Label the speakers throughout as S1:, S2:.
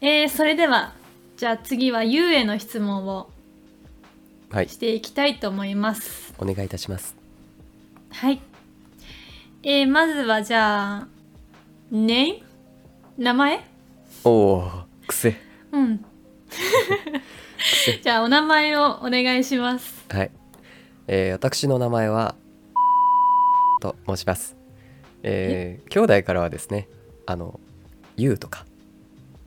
S1: えー、それではじゃあ次はゆうへの質問を
S2: はい
S1: していきたいと思います
S2: お願いいたします
S1: はい、えー、まずはじゃあネイ名前
S2: おお癖
S1: うん
S2: 癖
S1: じゃあお名前をお願いします
S2: はい、えー私の名前はと申します、えー兄弟からはですねあの「ゆう」とか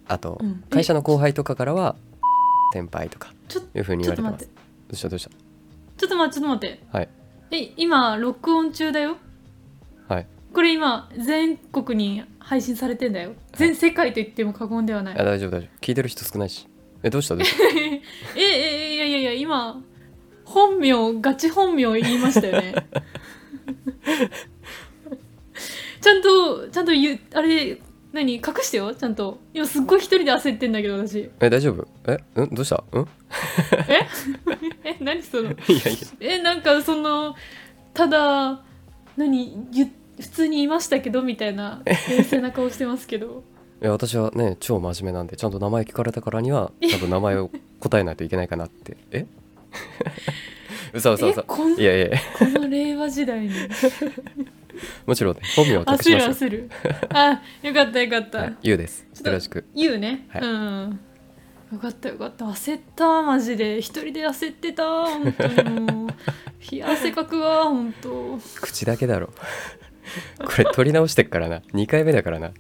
S2: あと、
S1: うん
S2: 会社の後輩とかからは「先輩」とか
S1: ちょ
S2: いうふうに
S1: ち
S2: 言
S1: ょ
S2: わ
S1: っ
S2: れ
S1: と待っ
S2: てます
S1: て
S2: どうしたどうし
S1: ちょっと待ってちょっと待って
S2: たはい
S1: え今録音中だよ
S2: はい
S1: これ今全国に配信されてんだよ全世界と言っても過言ではない
S2: あ大丈夫大丈夫聞いてる人少ないしえどうしたどうし
S1: えええいやいやいや今本名ガチ本名言いましたよね ちゃんとちゃんと言うあれ何隠してよちゃんと今すっごい一人で焦ってんだけど私
S2: たえ大丈夫えうんどうした うん
S1: え何その
S2: いやいや
S1: えなんかそのただ何ゆ普通にいましたけどみたいな冷静な顔してますけど
S2: いや私はね超真面目なんでちゃんと名前聞かれたからには多分名前を答えないといけないか なってえ嘘嘘
S1: え
S2: 嘘
S1: こん
S2: いやいや
S1: この令和時代 に
S2: もちろんね本名を隠し
S1: 焦
S2: ま
S1: る
S2: すよ
S1: 焦るあよかったよかった、
S2: はい、ゆうです。
S1: ちょっと
S2: よろしく。
S1: 言うね、
S2: はい
S1: うんよかったよかった焦ったマジで一人で焦ってた本当にもう冷や汗かくわ本当
S2: 口だけだろ。これ取り直してっからな。2回目だからな。ち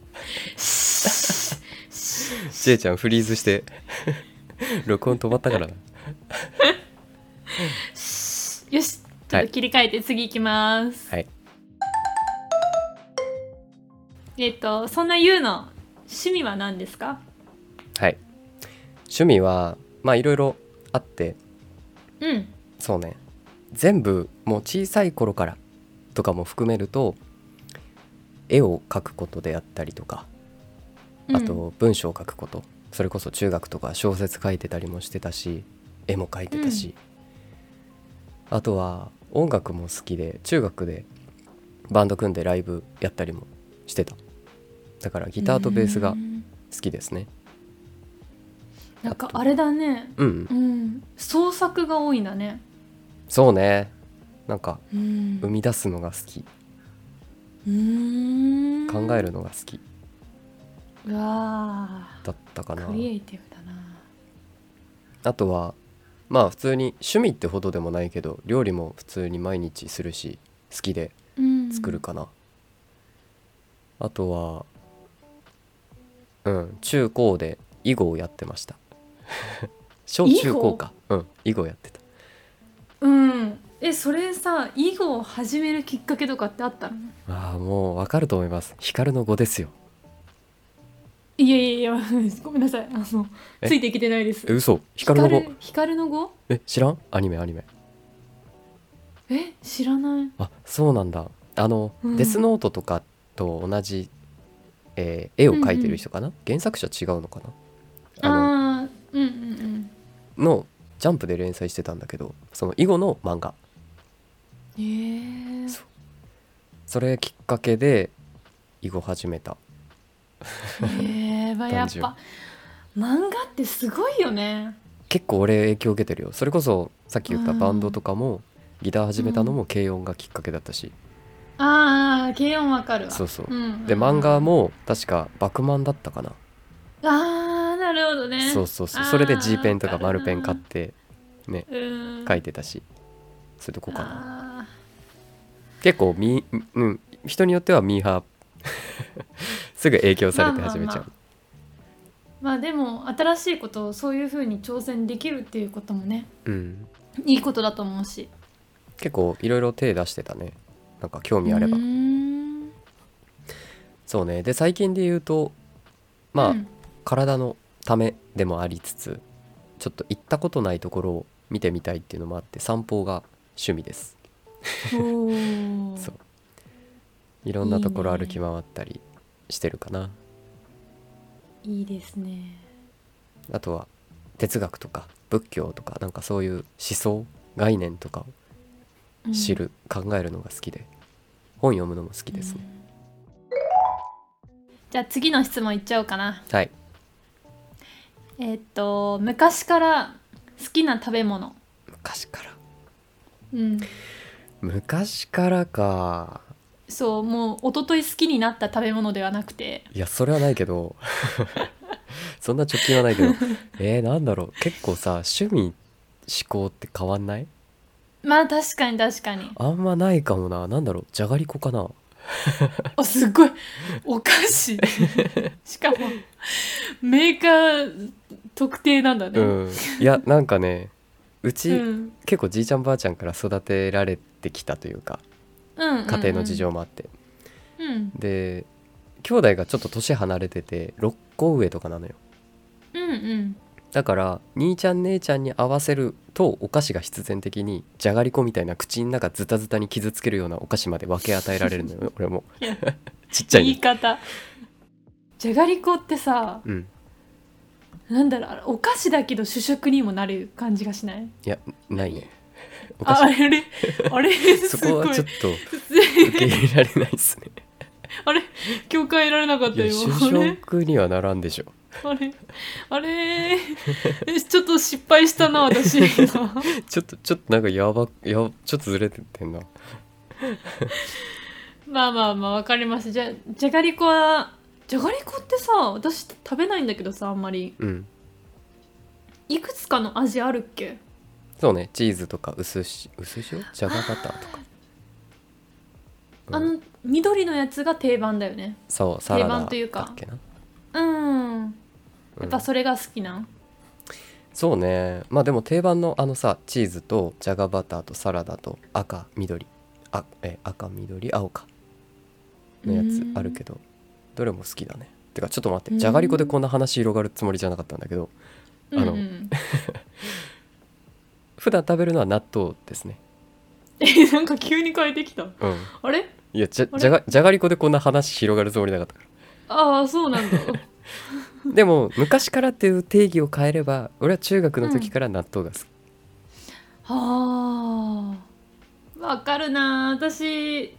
S2: えちゃんフリーズして、録音止まったからな。
S1: よしちょっと切り替えて次行きます、
S2: はい。
S1: えっ、とそんなゆうの趣味は何ですか
S2: はい。趣味は、まあいろいろあって、
S1: うん
S2: そうね。全部、もう小さい頃からとかも含めると、絵を描くことであったりとか、あと文章を書くこと、それこそ中学とか小説書いてたりもしてたし絵も書いてたし、あとは音楽も好きで中学でバンド組んでライブやったりもしてただからギターとベースが
S1: うん
S2: 好きですね
S1: なんかあれだね
S2: うん、
S1: うん創作が多いんだね
S2: そうねなんか
S1: うん
S2: 生み出すのが好き
S1: うん
S2: 考えるのが好き
S1: うわ
S2: だったか
S1: ー
S2: な
S1: クリエイティブだな
S2: あとはまあ普通に趣味ってほどでもないけど料理も普通に毎日するし好きで
S1: うん
S2: 作るかな、あとはうん中高で囲碁をやってました 小中高かうん囲碁やってた
S1: うんえそれさ囲碁を始めるきっかけとかってあったの
S2: ああもうわかると思います光の碁ですよ
S1: いやいや いやごめんなさいあの
S2: え
S1: ついてきてないです
S2: え嘘光の碁
S1: 光光の碁
S2: え知らんアニメアニメ
S1: え知らない
S2: あそうなんだあの、
S1: うん
S2: デスノートとかと同じ、えー絵を描いてる人かな、原作者違うのかなあの
S1: ああーうんうんうん
S2: のジャンプで連載してたんだけどその囲碁の漫画
S1: えー、
S2: そそれきっかけで囲碁始めた
S1: えー、まあや
S2: 単
S1: っ
S2: 純
S1: ぱ漫画ってすごいよね
S2: 結構俺影響受けてるよそれこそさっき言った
S1: うん
S2: バンドとかも、ギター始めたのも軽音がきっかけだったし、
S1: ああ軽音わかるわ
S2: そうそう、
S1: んん
S2: で漫画も確か「バクマン」だったかな、
S1: ああなるほどね
S2: そうそうそう
S1: あー
S2: それで G ペンとか
S1: わかる
S2: 丸
S1: な
S2: ペン買って
S1: うん
S2: 書
S1: い
S2: いてたしそういうとこかな
S1: あ
S2: 結構みうん人によってはミーハーすぐ影響されて
S1: まあまあ
S2: 始めちゃう、
S1: まーまあでも新しいことをそういうふうに挑戦できるっていうこともね
S2: うん
S1: いいことだと思うし
S2: 結構いろいろ手出してたねなんか興味あれば、
S1: うーん
S2: そうねで最近で言うとまあ、
S1: うん
S2: 体のためでもありつつちょっと行ったことないところを見てみたいっていうのもあって散歩が趣味です
S1: おー
S2: そういろんない
S1: いね
S2: ところ歩き回ったりしてるかない
S1: いですね
S2: あとは哲学とか仏教とかなんかそういう思想概念とか
S1: うん
S2: を知る、考えるのが好きで本読むのも好きですね、
S1: じゃあ次の質問いっちゃおうかな
S2: はい
S1: えっと昔から好きな食べ物
S2: 昔から
S1: うん
S2: 昔からか
S1: そうもう一昨日好きになった食べ物ではなくて
S2: いやそれはないけ どそんな直近はないけどえー、なんだろう結構さ趣味思考って変わんない
S1: まあ確かに確かに
S2: あんまないかもななんだろうじゃがりこかな
S1: あすごいお菓子しかもメーカー特定なんだね、
S2: うんいやなんかねうち、
S1: うん
S2: 結構じいちゃんばあちゃんから育てられてきたというか
S1: うんうん
S2: 家庭の事情もあって、
S1: うん
S2: で兄弟がちょっと年離れてて6個上とかなのよ
S1: うんうん
S2: だから兄ちゃん姉ちゃんに合わせるとお菓子が必然的にじゃがりこみたいな口の中ズタズタに傷つけるようなお菓子まで分け与えられるの よ俺も
S1: いや
S2: ちっちゃい
S1: 言い
S2: ね
S1: 方じゃがりこってさ
S2: うん
S1: なんだろうあれお菓子だけど主食にもなる感じがしない
S2: いやないねお
S1: ああ
S2: 菓
S1: れあれあれ
S2: 子
S1: す
S2: そ
S1: ごい
S2: こはちょっと
S1: 普通に
S2: 受け入れられないですね
S1: あれ共感得られなかっ
S2: い
S1: た
S2: や
S1: よ
S2: 主食にはならんでしょ
S1: あれあれあれちょっと失敗したな 私
S2: ちょっとちょっとなんかやばやちょっとずれてってんな
S1: まあまあまあわかりますじゃじゃがりこはじゃがりこってさ私食べないんだけどさあんまり
S2: うん
S1: いくつかの味あるっけ
S2: そうねチーズとか薄し薄塩じゃがバターとか、うん
S1: あの緑のやつが定番だよね
S2: そうサラダだっ
S1: というか
S2: けな
S1: うんやっ
S2: う
S1: ぱ
S2: ん
S1: それが好きなん
S2: そうねまあでも定番のあのさチーズとじゃがバターとサラダと赤緑あえ赤緑青かのやつあるけどどれも好きだねてかちょっと待っ
S1: う
S2: て
S1: ん
S2: じゃがりこでこんな話広がるつもりじゃなかったんだけど
S1: うん
S2: あの
S1: うん
S2: 普段食べるのは納豆ですね
S1: えなんか急に変えてきた
S2: うん
S1: あれ
S2: いやじゃ
S1: あれ
S2: じゃがじゃがりこでこんな話広がるつもりなかった から
S1: ああそう なんだ
S2: でも昔からっていう定義を変えれば俺は中学の時から納豆が好き、
S1: はあわかるな私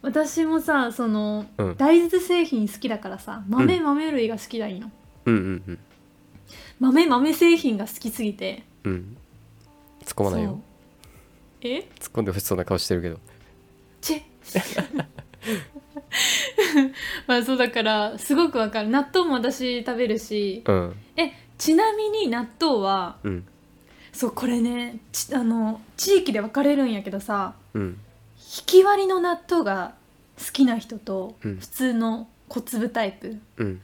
S1: 私もさその、
S2: うん
S1: 大豆製品好きだからさ豆豆類が好きなんよ、
S2: うん、うんうん
S1: 豆豆製品が好きすぎて
S2: うん突っ込まな
S1: そ
S2: い
S1: う
S2: よ
S1: え
S2: 突っ込んでほしそうな顔してるけど
S1: チェ まあそうだからすごくわかる納豆も私食べるし
S2: うん
S1: えちなみに納豆は
S2: うん
S1: そうこれねちあの地域で分かれるんやけどさ
S2: うん
S1: 引き割りの納豆が好きな人と
S2: うん
S1: 普通の小粒タイプ、
S2: うん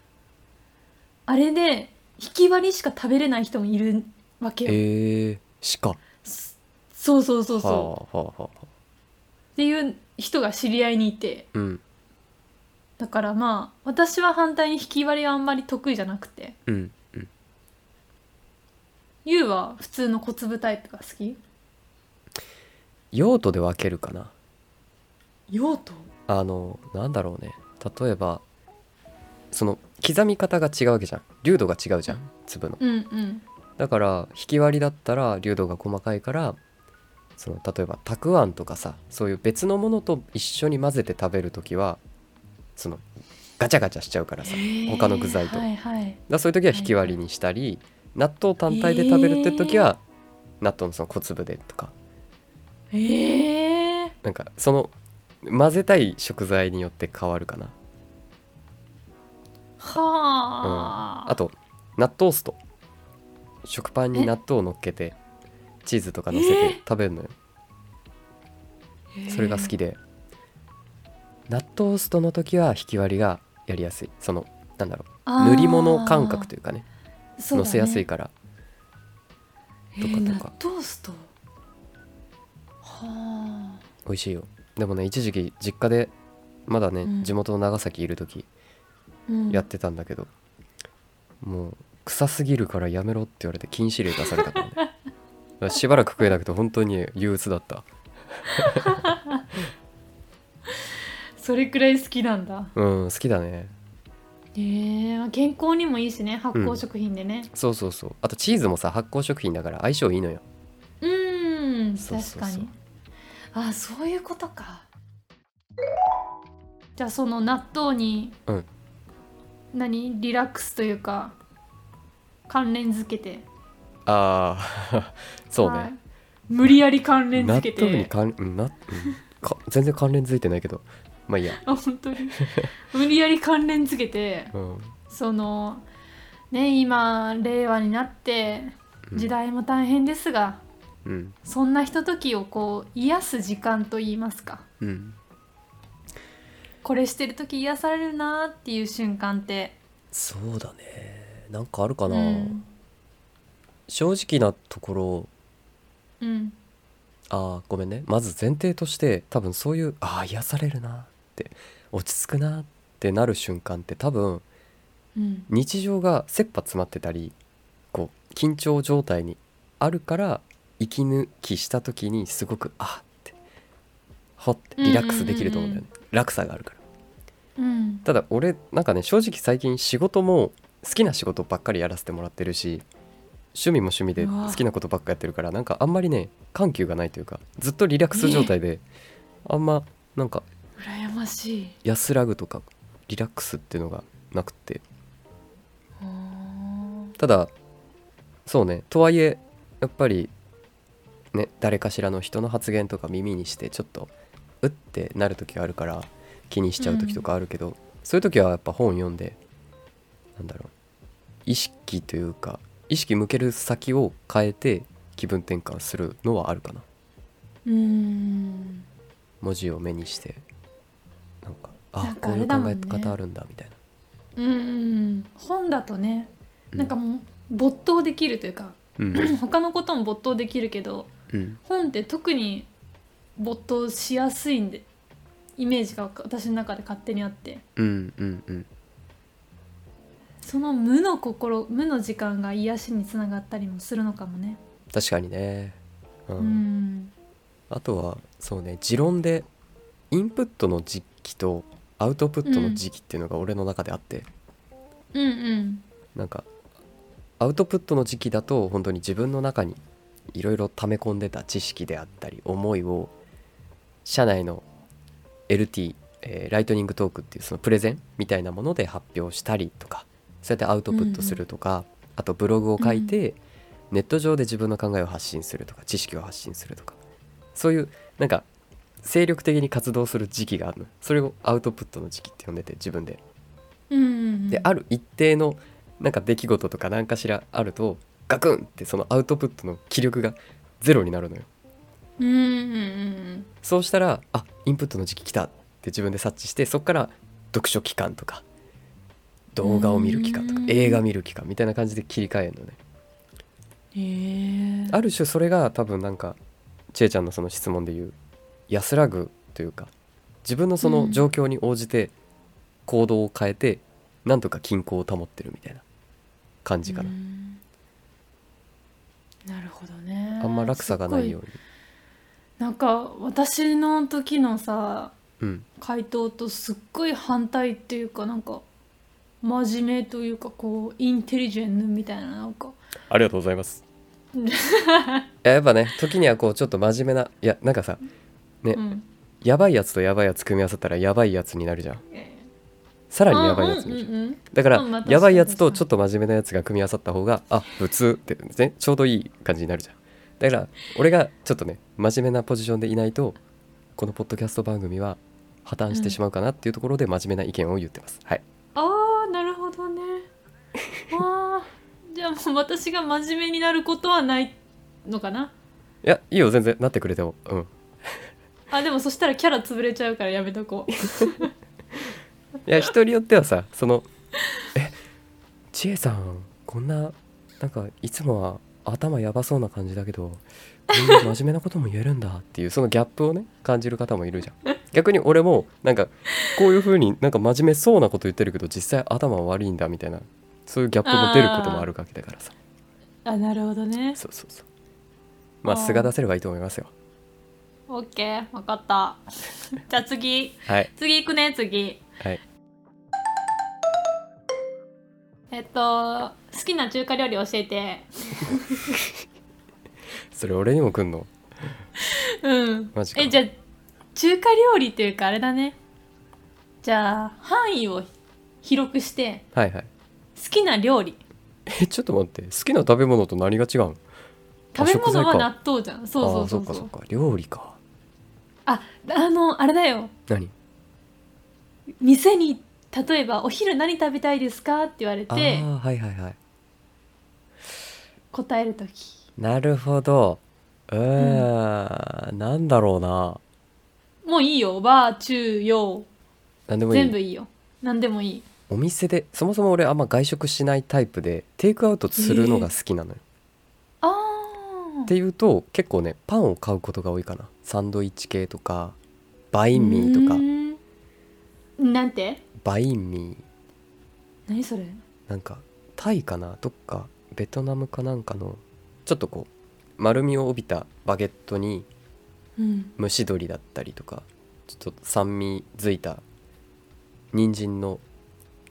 S1: あれで引き割りしか食べれない人もいるわけよ、
S2: えー、しか
S1: そそうそうそうそう、
S2: はあはあはあ
S1: っていう人が知り合いにいて
S2: うん
S1: だからまあ私は反対に引き割りはあんまり得意じゃなくて
S2: うんうん
S1: ゆうは普通の小粒タイプが好き
S2: 用途で分けるかな
S1: 用途
S2: あのなんだろうね例えばその刻み方が違うわけじゃん粒度が違うじゃん粒の
S1: うんうん
S2: だから引き割りだったら粒度が細かいからその例えばたくあんとかさそういう別のものと一緒に混ぜて食べる時はそのガチャガチャしちゃうからさだか他の具材と
S1: はいはい
S2: らそういう時は引き割りにしたり、納豆単体で食べるって時は、納豆のその小粒でとか
S1: ええ
S2: なんかその混ぜたい食材によって変わるかな
S1: はあ、
S2: あと納豆スト食パンに納豆を乗っけてチーズとか乗せ
S1: え
S2: て
S1: ー
S2: 食べるのよ、それが好きで納豆ストの時は引き割りがやりやすいそのなんだろう塗り物感覚というかね
S1: そ
S2: 乗
S1: うだね
S2: せやすいからとかと
S1: え
S2: か
S1: ー納豆ストはあ
S2: 美味しいよでもね一時期実家でまだね、
S1: うん
S2: 地元の長崎いる時
S1: うん
S2: やってたんだけど、もう臭すぎるからやめろって言われて禁止令出されたからねだか らしばらく食えなくて本当に憂鬱だった
S1: それくらい好きなんだ
S2: うん好きだね
S1: えー、健康にもいいしね発酵食品でね
S2: そうそうそうあとチーズもさ発酵食品だから相性いいのよ
S1: うんん
S2: そう
S1: 確
S2: そうそう
S1: かにあそういうことかじゃあその納豆に、
S2: うん
S1: 何リラックスというか関連づけて
S2: ああ そうね、
S1: はい無理やり関連づ
S2: 納
S1: けて
S2: 豆に関うんな、うん、か全然関連づいてないけどまあいいや、
S1: あ本当に 無理やり関連づけて
S2: うん、
S1: そのね今令和になって
S2: うん
S1: 時代も大変ですが、
S2: うん
S1: そんなひとときをこう癒す時間といいますか
S2: うん
S1: これしてる時癒されるなっていう瞬間って、
S2: そうだねなんかあるか
S1: う
S2: な、
S1: ん
S2: 正直なところ
S1: うん、
S2: あーごめんねまず前提として多分そういうああ癒されるなって落ち着くなってなる瞬間って多分
S1: うん、
S2: 日常が切羽詰まってたりこう緊張状態にあるから息抜きした時にすごくあーってほってリラックスできると思うんだよね、落差があるから
S1: うん、
S2: ただ俺なんかね正直最近仕事も好きな仕事ばっかりやらせてもらってるし趣味も趣味で
S1: うわ
S2: 好きなことばっかやってるからなんかあんまりね緩急がないというかずっとリラックス状態であんまなんか
S1: 羨ましい
S2: 安らぐとかリラックスっていうのがなくて
S1: おー
S2: ただそうねとはいえやっぱりね誰かしらの人の発言とか耳にしてちょっとうってなる時があるから気にしちゃう時とかあるけど、そういう時はやっぱ本読んでなんだろう意識というか意識向ける先を変えて気分転換するのはあるかな
S1: うーん
S2: 文字を目にしてなんかあ
S1: なんか
S2: こ
S1: あ
S2: うい
S1: れ
S2: う
S1: だ
S2: 考
S1: もんね
S2: え方あるんだみたいな。
S1: うんうん本だとね
S2: う
S1: なんかもう没頭できるというか
S2: うん
S1: 他のことも没頭できるけど
S2: うん
S1: 本って特に没頭しやすいんでイメージが私の中で勝手にあって
S2: うんうんうん
S1: その無の心無の時間が癒しにつながったりもするのかもね
S2: 確かにね、う
S1: うんん
S2: あとはそうね持論でインプットの時期とアウトプットの時期っていうのが俺の中であって、
S1: うんうん
S2: なんかアウトプットの時期だと本当に自分の中にいろいろ溜め込んでた知識であったり思いを社内の LT、えーライトニングトークっていうそのプレゼンみたいなもので発表したりとかそうやってアウトプットするとか、あとブログを書いて、ネット上で自分の考えを発信するとか知識を発信するとかそういうなんか精力的に活動する時期があるのそれをアウトプットの時期って呼んでて自分で
S1: うんうん
S2: である一定のなんか出来事とか何かしらあるとガクンってそのアウトプットの気力がゼロになるのよ
S1: うんうんうん
S2: そうしたらあインプットの時期来たって自分で察知してそこから読書期間とか動画を見る期間とか
S1: うん
S2: 映画見る期間みたいな感じで切り替えるのね
S1: へえ
S2: ある種それが多分なんかちえちゃんのその質問で言う安らぐというか自分のそうの
S1: ん
S2: 状況に応じて行動を変えてなんとか均衡を保ってるみたいな感じかな
S1: うんなるほどね
S2: あんま落差がないよう
S1: すっ
S2: に。
S1: ごいなんか私の時のさ
S2: うん、
S1: 回答とすっごい反対っていうかなんか真面目というかこうインテリジェンヌみたいななんか
S2: ありがとうござ います。やっぱね時にはこうちょっと真面目ないやなんかさえ
S1: うん
S2: やばいやつとやばいやつ組み合わせたらやばいやつになるじゃん
S1: え
S2: さら
S1: ー
S2: にや
S1: あ
S2: ばいや
S1: う
S2: つ
S1: ん
S2: にな
S1: う
S2: るじゃ
S1: ん
S2: ん
S1: うん
S2: だから、
S1: うんまあ確かに
S2: やばいやつとちょっと真面目なやつが組み合わさった方があ普通って、ね、ちょうどいい感じになるじゃんだから俺がちょっとね真面目なポジションでいないとこのポッドキャスト番組は破綻してしまうかなっていうところで真面目な意見を言ってます、はい
S1: あーなるほどねあーじゃあもう私が真面目になることはないのかない
S2: やいいよ全然なってくれてもうん
S1: あでもそしたらキャラ潰れちゃうからやめとこう
S2: いや人によってはさその「えちえさんこんななんかいつもは頭やばそうな感じだけどこんな真面目なことも言えるんだ」っていうそのギャップをね感じる方もいるじゃん逆に俺もなんかこういう風になんか真面目そうなこと言ってるけど実際頭は悪いんだみたいなそういうギャップも出ることもあるわけだからさ
S1: あなるほどね
S2: そうそうそうまあ
S1: あー
S2: 素が出せればいいと思いますよ
S1: オッケーわかったじゃあ次
S2: はい
S1: 次行くね次
S2: はい
S1: えっと好きな中華料理教えて
S2: それ俺にも来んの
S1: うん
S2: マジか
S1: えじゃあ中華料理っていうかあれだねじゃあ範囲を広くして
S2: はいはい
S1: 好きな料理
S2: えちょっと待って好きな食べ物と何が違うん
S1: 食べ
S2: 食材
S1: 物
S2: か
S1: は納豆じゃんそうそう
S2: あ
S1: そ
S2: あ
S1: う
S2: そ
S1: そ
S2: っ
S1: う
S2: かそっか料理か
S1: ああのあれだよ
S2: 何
S1: 店に例えば「お昼何食べたいですか?」って言われ
S2: ああ
S1: て
S2: ーはいはいはい
S1: 答える時
S2: なるほどうーん、なんだろうな
S1: もういいよバー中洋
S2: 何でもいい
S1: 全部いいよ何でもいい
S2: お店でそもそも俺あんま外食しないタイプでテイクアウトするのが好きなのよ、
S1: あ
S2: っ
S1: ー
S2: ていうと結構ねパンを買うことが多いかなサンドイッチ系とかバインミーと
S1: う
S2: か
S1: ーんなんて
S2: バインミー
S1: 何それ
S2: なんかタイかなどっかベトナムかなんかのちょっとこう丸みを帯びたバゲットに
S1: うん
S2: 蒸し鶏だったりとかちょっと酸味づいた人参の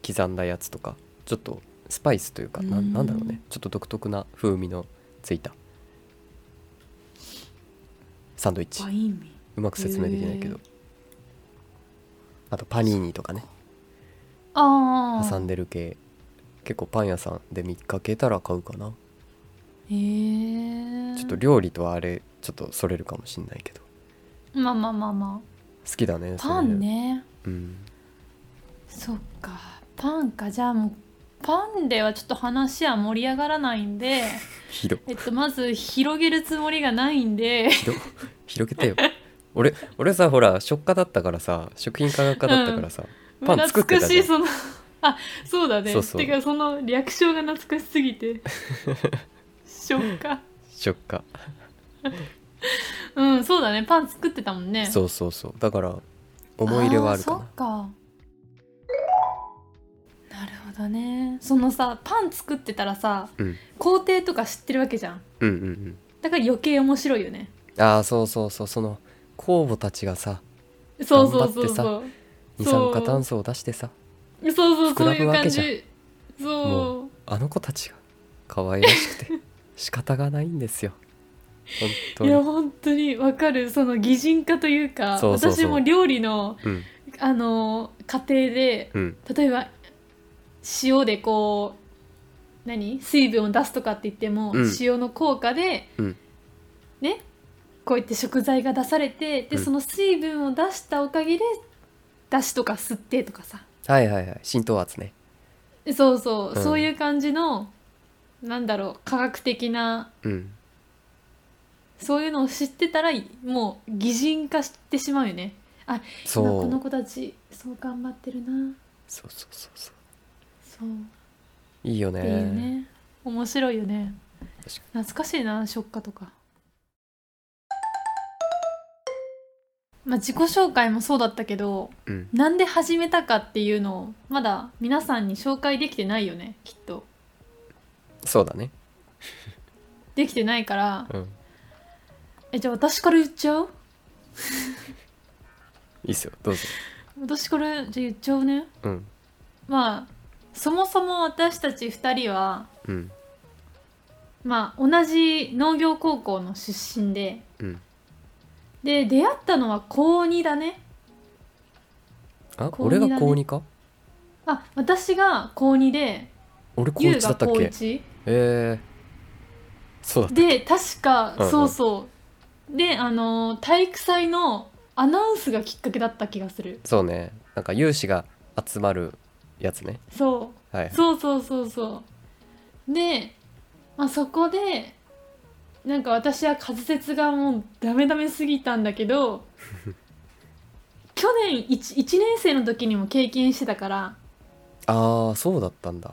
S2: 刻んだやつとかちょっとスパイスというかな
S1: うん
S2: なんだろうねちょっと独特な風味のついたサンドイッチ
S1: ワインミ
S2: うまく説明できないけど、あとパニーニとかね
S1: あ
S2: 挟
S1: あ
S2: んでる系結構パン屋さんで見かけたら買うかな
S1: へえ
S2: ちょっと料理とはあれちょっとそれるかもしんないけど
S1: まあまあまあま
S2: 好きだね
S1: あ
S2: その
S1: パ
S2: 辺
S1: ンね
S2: うん
S1: そっかパンかじゃあもうパンではちょっと話は盛り上がらないん で、
S2: ひど
S1: えっと、まず広げるつもりがないんで
S2: ひど広げてよ俺俺さほら食科だったからさ食品科学科だったからさ、 パン作って
S1: 懐
S2: た
S1: かし
S2: じ
S1: い
S2: ゃん
S1: そのあそうだね
S2: そうそう
S1: てかその略称が懐かしすぎ てしょっか
S2: 食科
S1: うんそうだねパン作ってたもんねう
S2: そうそうそうだから思い入れはあるか
S1: そ
S2: な
S1: っかなるほどねそのさパン作ってたらさ
S2: うん
S1: 工程とか知ってるわけじゃん
S2: うんうんうん
S1: だから余計面白いよね
S2: ああそうそうそうその酵母たちがさ
S1: そうそうそうそ
S2: 頑
S1: う
S2: 二
S1: そう
S2: 酸化炭素を出してさ
S1: そうそう
S2: 膨
S1: そう
S2: ら
S1: い
S2: む
S1: う
S2: わ
S1: 感
S2: けじゃん
S1: じ
S2: も
S1: そう
S2: あの子たちが可愛らしくて 仕方がないんですよ本当
S1: い
S2: に
S1: や本当にわかるその擬人化というか
S2: そうそうそう
S1: 私も料理の
S2: うん
S1: あの家庭で
S2: うん
S1: 例えば塩でこう何水分を出すとかって言っても、
S2: うん
S1: 塩の効果で、
S2: うん
S1: ねこうやって食材が出されてで、
S2: うん
S1: その水分を出したおかげでだしとか吸ってとかさ
S2: はいはいはい浸透圧ね
S1: そうそう、
S2: うん
S1: そういう感じのなんだろう科学的な
S2: うん
S1: そういうのを知ってたらもう擬人化してしまうよね。あ
S2: そ
S1: 今
S2: う
S1: この子たちそう頑張ってるな
S2: そうそうそうそう
S1: そう
S2: いいよね
S1: っていうね面白いよね
S2: 確か
S1: 懐かしいな食家とか。まあ、自己紹介もそうだったけど
S2: うん
S1: なんで始めたかっていうのをまだ皆さんに紹介できてないよねきっと
S2: そうだね
S1: できてないから
S2: うん
S1: えじゃあ私から言っちゃう
S2: いいっすよどうぞ
S1: 私からじゃあ言っちゃうね
S2: うん
S1: まあそもそも私たち2人は、
S2: うん
S1: まあ、同じ農業高校の出身で
S2: うん
S1: で出会ったのは高2だね
S2: あ
S1: 高二
S2: 俺
S1: だね
S2: が高2か
S1: あ私が高2で
S2: 俺高
S1: 優
S2: 1だ
S1: が
S2: ったっ
S1: 高
S2: け
S1: 1
S2: えー、そうだ
S1: で確か、
S2: うんうん
S1: そうそうであのー体育祭のアナウンスがきっかけだった気がする
S2: そうねなんか有志が集まるやつね
S1: そう
S2: はい
S1: そうそうそうそうで、まあ、そこでなんか私は滑舌がもうダメダメすぎたんだけ ど去年 1, 1年生の時にも経験してたから
S2: ああそうだったんだ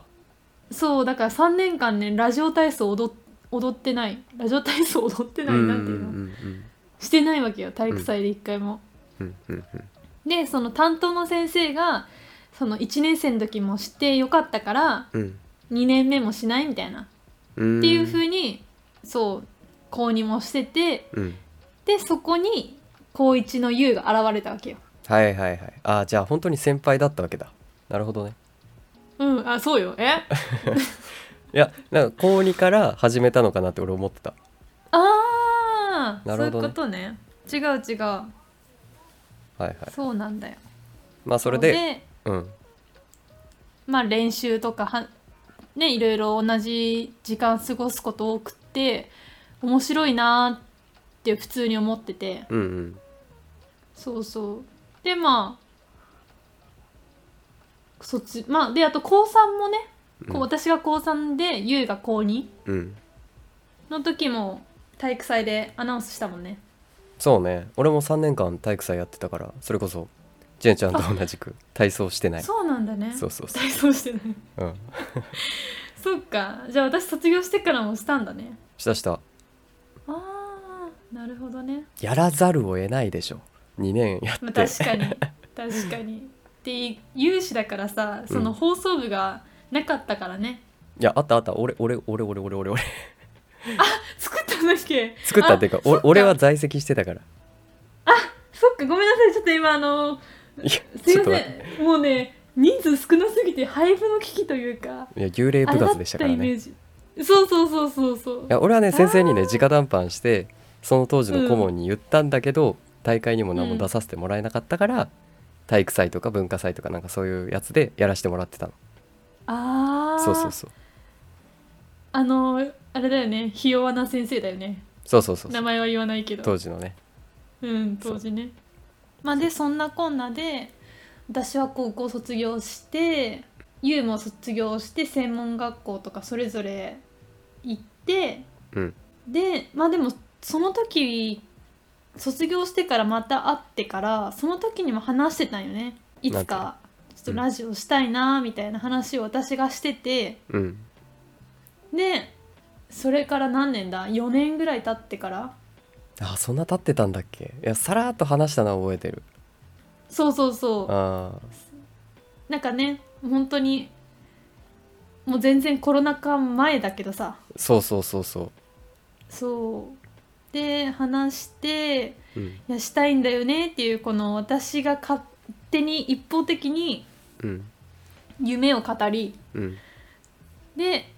S1: そうだから3年間ねラジオ体操踊っ踊ってないラジオ体操踊って
S2: う
S1: なんい、
S2: うんう
S1: なんていうの
S2: んうん
S1: してないわけよ体育祭で一回も。
S2: うんうんうん
S1: でその担当の先生がその1年生の時もしてよかったから
S2: うん
S1: 2年目もしないみたいな
S2: うん
S1: っていう風にそう高2もしてて
S2: うん
S1: でそこに高1の優が現れたわけよ。
S2: はいはいはいああじゃあ本当に先輩だったわけだなるほどね
S1: うんあそうよえ
S2: いやなんか高2から始めたのかなって俺思ってた
S1: あー
S2: なるほどね
S1: そういうことね違う違う
S2: はいはい
S1: そうなんだよ。
S2: まあそれでうん
S1: まあ練習とかはねいろいろ同じ時間過ごすこと多くって面白いなって普通に思ってて
S2: うんうん
S1: そうそうでまあそっちまあであと高3もねこう
S2: うん
S1: 私が高3でゆうが高2
S2: うん
S1: の時も体育祭でアナウンスしたもんね
S2: そうね俺も3年間体育祭やってたからそれこそジェンちゃんと同じく体操してない
S1: そうなんだね
S2: そうそうそ
S1: 体操してない
S2: う、うん、
S1: そっかじゃあ私卒業してからもしたんだね
S2: したした
S1: あーなるほどね、
S2: やらざるを得ないでしょ2年や
S1: まあ、
S2: って
S1: 確かに 確かにで有志だからさその放送部がなかったからね、
S2: いやあったあった俺俺俺俺俺俺俺
S1: 作ったんだっけ
S2: 作ったっていうかお俺は
S1: そっか
S2: 在籍してたから
S1: そっかごめんなさいちょっと今あの
S2: いや
S1: すい
S2: ちょ
S1: ま
S2: っと
S1: せ
S2: 待って
S1: んもうね人数少なすぎて配布の危機というか
S2: いや幽霊
S1: あ
S2: 部
S1: れだ
S2: 活
S1: っ
S2: でした
S1: た
S2: から
S1: イ
S2: ね
S1: メージそうそうそうそうそう
S2: いや俺はね先生にね
S1: あー
S2: 直談判してその当時の顧問に言ったんだけど、大会にも何も出させてもらえなかったから、体育祭とか文化祭とかなんかそういうやつでやらせてもらってたの
S1: ああ
S2: そうそうそう
S1: あのあれだよねひ弱な先生だよね
S2: そうそうそうそ
S1: 名
S2: う
S1: 前は言わないけど
S2: 当時のね
S1: うん当時ねまあでそんなこんなで私は高校卒業してゆうも卒業して専門学校とかそれぞれ行って
S2: うん
S1: でまあでもその時卒業してからまた会ってからその時にも話してたんよねいつかちょっとラジオしたいなみたいな話を私がしてて
S2: うん
S1: でそれから何年だ4年ぐらい経ってから
S2: あそんな経ってたんだっけいやさらっと話したのは覚えてる
S1: そうそうそう
S2: あー
S1: なんかね本当にもう全然コロナ禍前だけどさ
S2: そうそうそうそ
S1: そうで話して
S2: ううん
S1: いやしたいんだよねっていうこの私が勝手に一方的に
S2: うん
S1: 夢を語り
S2: うん
S1: で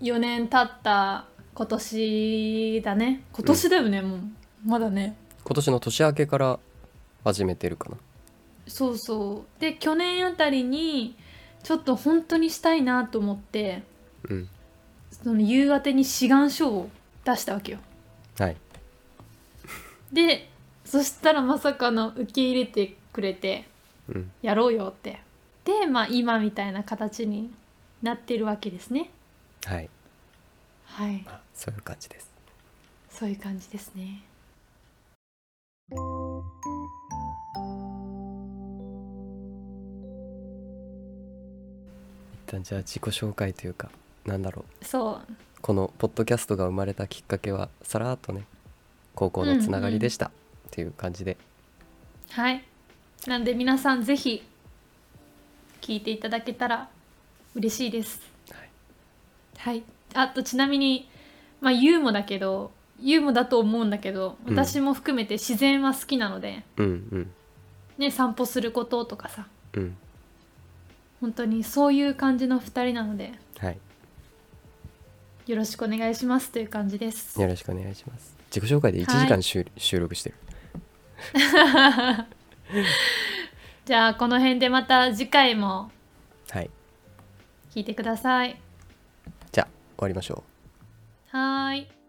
S1: 4年経った今年だね今年だよね、もうまだね
S2: 今年の年明けから始めてるかな
S1: そうそうで去年あたりにちょっと本当にしたいなと思って
S2: うん
S1: その夕方に志願書を出したわけよ
S2: はい
S1: でそしたらまさかの受け入れてくれて
S2: うん
S1: やろうよってでまあ今みたいな形になってるわけですね
S2: はい
S1: はい
S2: あそういう感じです
S1: そういう感じですね
S2: 一旦じゃあ自己紹介というかなんだろう
S1: そ
S2: このポッドキャストが生まれたきっかけはさらっとね高校のつながりでしたっていう感じで、
S1: うはいなんで皆さんぜひ聞いていただけたら嬉しいです
S2: はい
S1: はいあとちなみにまあユーモだけどユーモだと思うんだけど
S2: うん
S1: 私も含めて自然は好きなので、
S2: うんうん
S1: ね散歩することとかさ
S2: うん
S1: 本当にそういう感じの2人なので
S2: はい
S1: よろしくお願いしますという感じです。
S2: よろしくお願いします自己紹介で1時間収,、収録してる
S1: じゃあこの辺でまた次回も
S2: はい
S1: 聞いてください。
S2: じゃあ終わりましょう
S1: はーい。